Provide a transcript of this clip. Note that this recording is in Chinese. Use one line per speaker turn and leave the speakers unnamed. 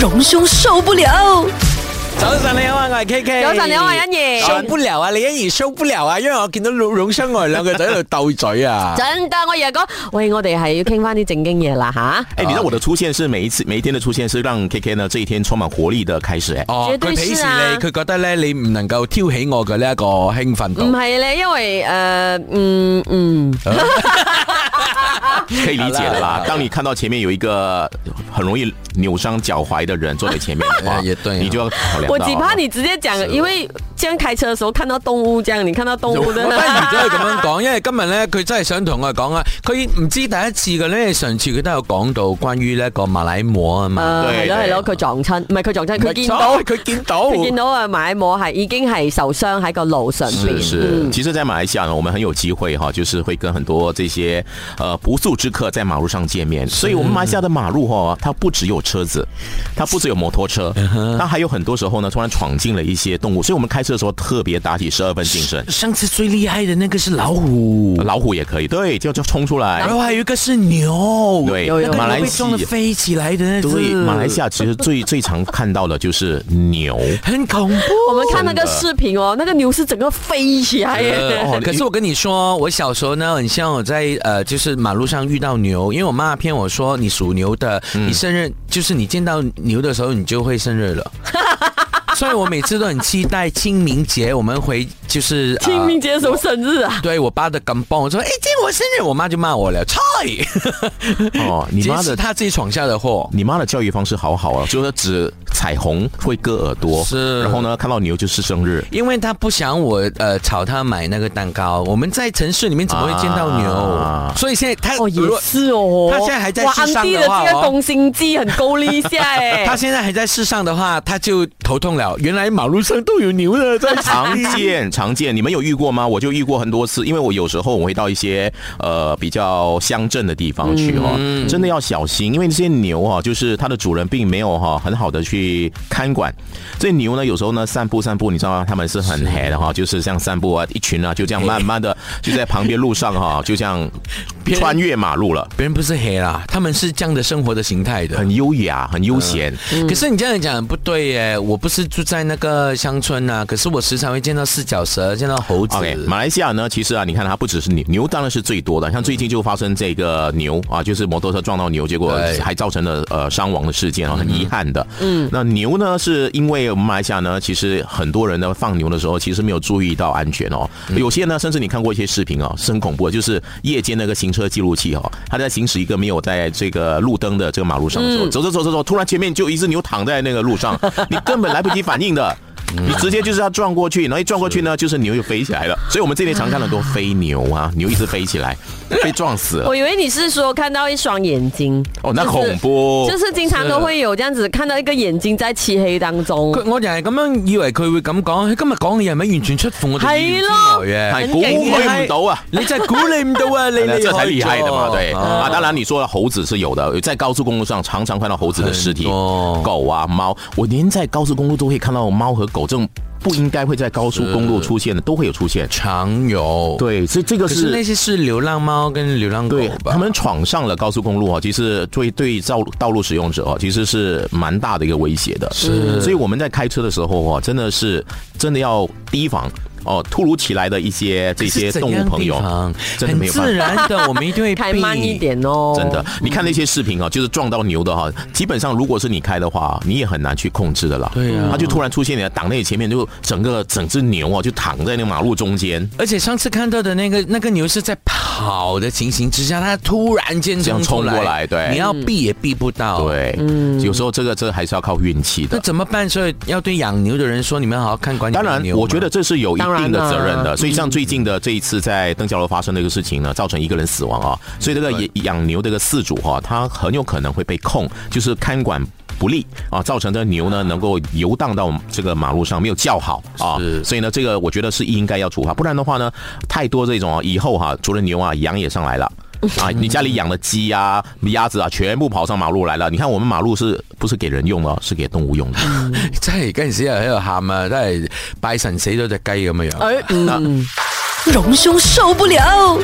荣兄受不了。
早晨你好啊，我系 K K。
早晨你好啊欣怡
受不了啊，李欣怡受不了啊，因為我見到陸勇生我哋兩個就喺度鬥嘴 啊。
真噶，我日講，喂，我哋係要傾翻啲正經嘢啦吓，
哎，你
啊
知道我的出现是每一次每一天的出现是让 K K 呢这一天充满活力的开始哎。
哦，
絕
佢
對
鄙視
是啊
你，佢覺得咧你唔能夠挑起我嘅呢一個興奮
唔
度。
係咧，因為诶、呃嗯嗯，
可以理解的
好啦好 啦。
啦当你看到前面有一个很容易扭伤脚踝的人坐在前面的话，
哎也对啊
你就要考量到。
我只怕你直接講，因為这样開車的時候看到動物，這樣你看到動物
我
的
不如都 係咁樣講，因為今日咧佢真係想同我哋講啊，佢唔知第一次嘅咧，上次佢都有講到關於呢一個馬奶膜啊嘛，
誒呃係咯係
對
咯，佢撞親，唔係佢撞親，佢見
唔
到
係錯佢見到，
佢見到啊買摩係已經係受傷喺個路上嗯
是
邊，
嗯
是，其实，在马来西亚呢，我们很有机会哈，就是会跟很多这些呃不速之客在马路上见面。所以，我们马来西亚的马路哈，它不只有车子，它不只有摩托车，
嗯
它还有很多时候呢，突然闯进了一些动物。所以我们开车的时候特别打起十二分精神，
上次最厉害的那个是老虎，
老虎也可以，对，就就冲出来
然。后还有一个是牛，
对
那个
马来
牛被
西
撞得飞起来的那只，
对，马来西亚其实最 最常看到的就是 牛。
很恐怖。
我們看那個視頻哦，那個牛是整個飛起來耶。
呃，可是我跟你说，我小时候呢，很像我在呃，就是马路上遇到牛，因为我妈骗我说你属牛的，
嗯
你生日就是你见到牛的时候，你就会生日 了。所以我每次都很期待清明节，我们回就是、呃
清明节的时候生日啊！
对我爸的钢棒，我说哎，今天我生日，我妈就骂我了，菜，
哦，
其
你妈
实是
的，
她自己闯下的祸。
你妈的教育方式好好啊，就是指彩虹会割耳朵，
是
然后呢，看到牛就是生日。
因为她不想我呃吵她买那个蛋糕，我们在城市里面怎么会见到牛？
啊
所以现在她
哦，也
如果
是哦。
他现在还在
哇，
世
安
上
迪
的
的
话
这个
哦
攻心计很够力一下哎。
他现在还在世上的话，他就头痛了。原来马路上都有牛 的，在
常见常见，你们有遇过吗？我就遇过很多次，因为我有时候我会到一些呃比较乡镇的地方去哈、哦，真的要小心，因为这些牛啊，就是它的主人并没有哈、很好的去看管。这些牛呢，有时候呢散步散步，你知道吗？他们是很黑的哈、就是像散步啊，一群啊就这样慢慢的就在旁边路上哈、就这样
别人
穿越马路了，
别人不是黑啦，他们是这样的生活的形态的。
很优雅，很悠闲。
可是你这样讲很不对耶，我不是住在那个乡村啊，可是我时常会见到四脚蛇，见到猴子。
OK，马来西亚呢，其实啊，你看它不只是牛，牛当然是最多的。像最近就发生这个牛啊，就是摩托车撞到牛，结果
对
还造成了呃伤亡的事件啊，很遗憾的。嗯，那牛呢，是因为我们马来西亚呢，其实很多人呢放牛的时候，其实没有注意到安全哦。
嗯
有些呢，甚至你看过一些视频哦，是很恐怖的，就是夜间那个行车记录器哦，它在行驶一个没有在这个路灯的这个马路上的时
嗯
候，走着走着走，突然前面就一只牛躺在那个路 上，你根本来不及反应的。
嗯
你直接就是要撞过去，然后一撞过去呢，就是牛就飞起来了。所以我们这边常看到很多飞牛啊， 牛一直飞起来，被撞死了
我。以为你是说看到一双眼睛，
哦，那
就是
恐怖
就！是经常都会有这样子看到一个眼睛在漆黑当中。
佢我又係咁樣以為佢會咁講，佢今日講嘅嘢咪完全出乎我哋意料之外嘅。
哎
很
估
勁
佢唔到啊！哎
你真係估你唔到 啊！你
那
你
这才厉害的嘛，对
啊
啊，当然你说的猴子是有的，在高速公路上常常看到猴子的尸体，
很多
狗啊猫，我连在高速公路都会看到猫和狗，这种不应该会在高速公路出现的都会有出现。
常有。，
对，所以这个
可是
是
那些是流浪猫跟流浪狗
对
吧？
他们闯上了高速公路啊，其实对对道道路使用者啊，其实是蛮大的一个威胁的。是，所以我们在开车的时候啊，真的是真的要提防哦，突如其来的一些这些动物朋友，哦真的
很
没有办
自
法。
然的，我们一定会
开慢一
避。
点哦，
真的，你看那些视频啊，就是撞到牛的哈，基本上如果是你开的话，你也很难去控制的啦。
对啊
它就突然出现你的挡在你前面，就整个整只牛啊，就躺在那个马路中间，
而且上次看到的那个那个牛是在跑的情形之下，它突然间
这样
冲
冲
出
过来对
你要避也避不到。，
对，
嗯
有时候这个这个还是要靠运气的
那。怎么办？所以要对养牛的人说，你们好好看管你
当
们的
然
牛，嘛。啊
我觉得这是有一定的
当然啦
责任
嗯
的。所以像最近的这一次在登嘉楼发生的一个事情呢，造成一个人死亡啊、
嗯
所以这个也养牛这个饲主哈、他很有可能会被控，就是看管。不力啊，造成的牛呢能够游荡到这个马路上，没有叫好啊，
是
所以呢，这个我觉得是应该要处罚，不然的话呢，太多这种啊，以后哈、除了牛啊，羊也上来 了。啊，你家里养的鸡啊、鸭子啊，全部跑上马路来了。你看我们马路是不是给人用的？是给动物用的。
真系嗰阵时又喺度喊啊，真系拜神死咗只鸡咁嘅样。
哎，嗯，
荣兄受不了。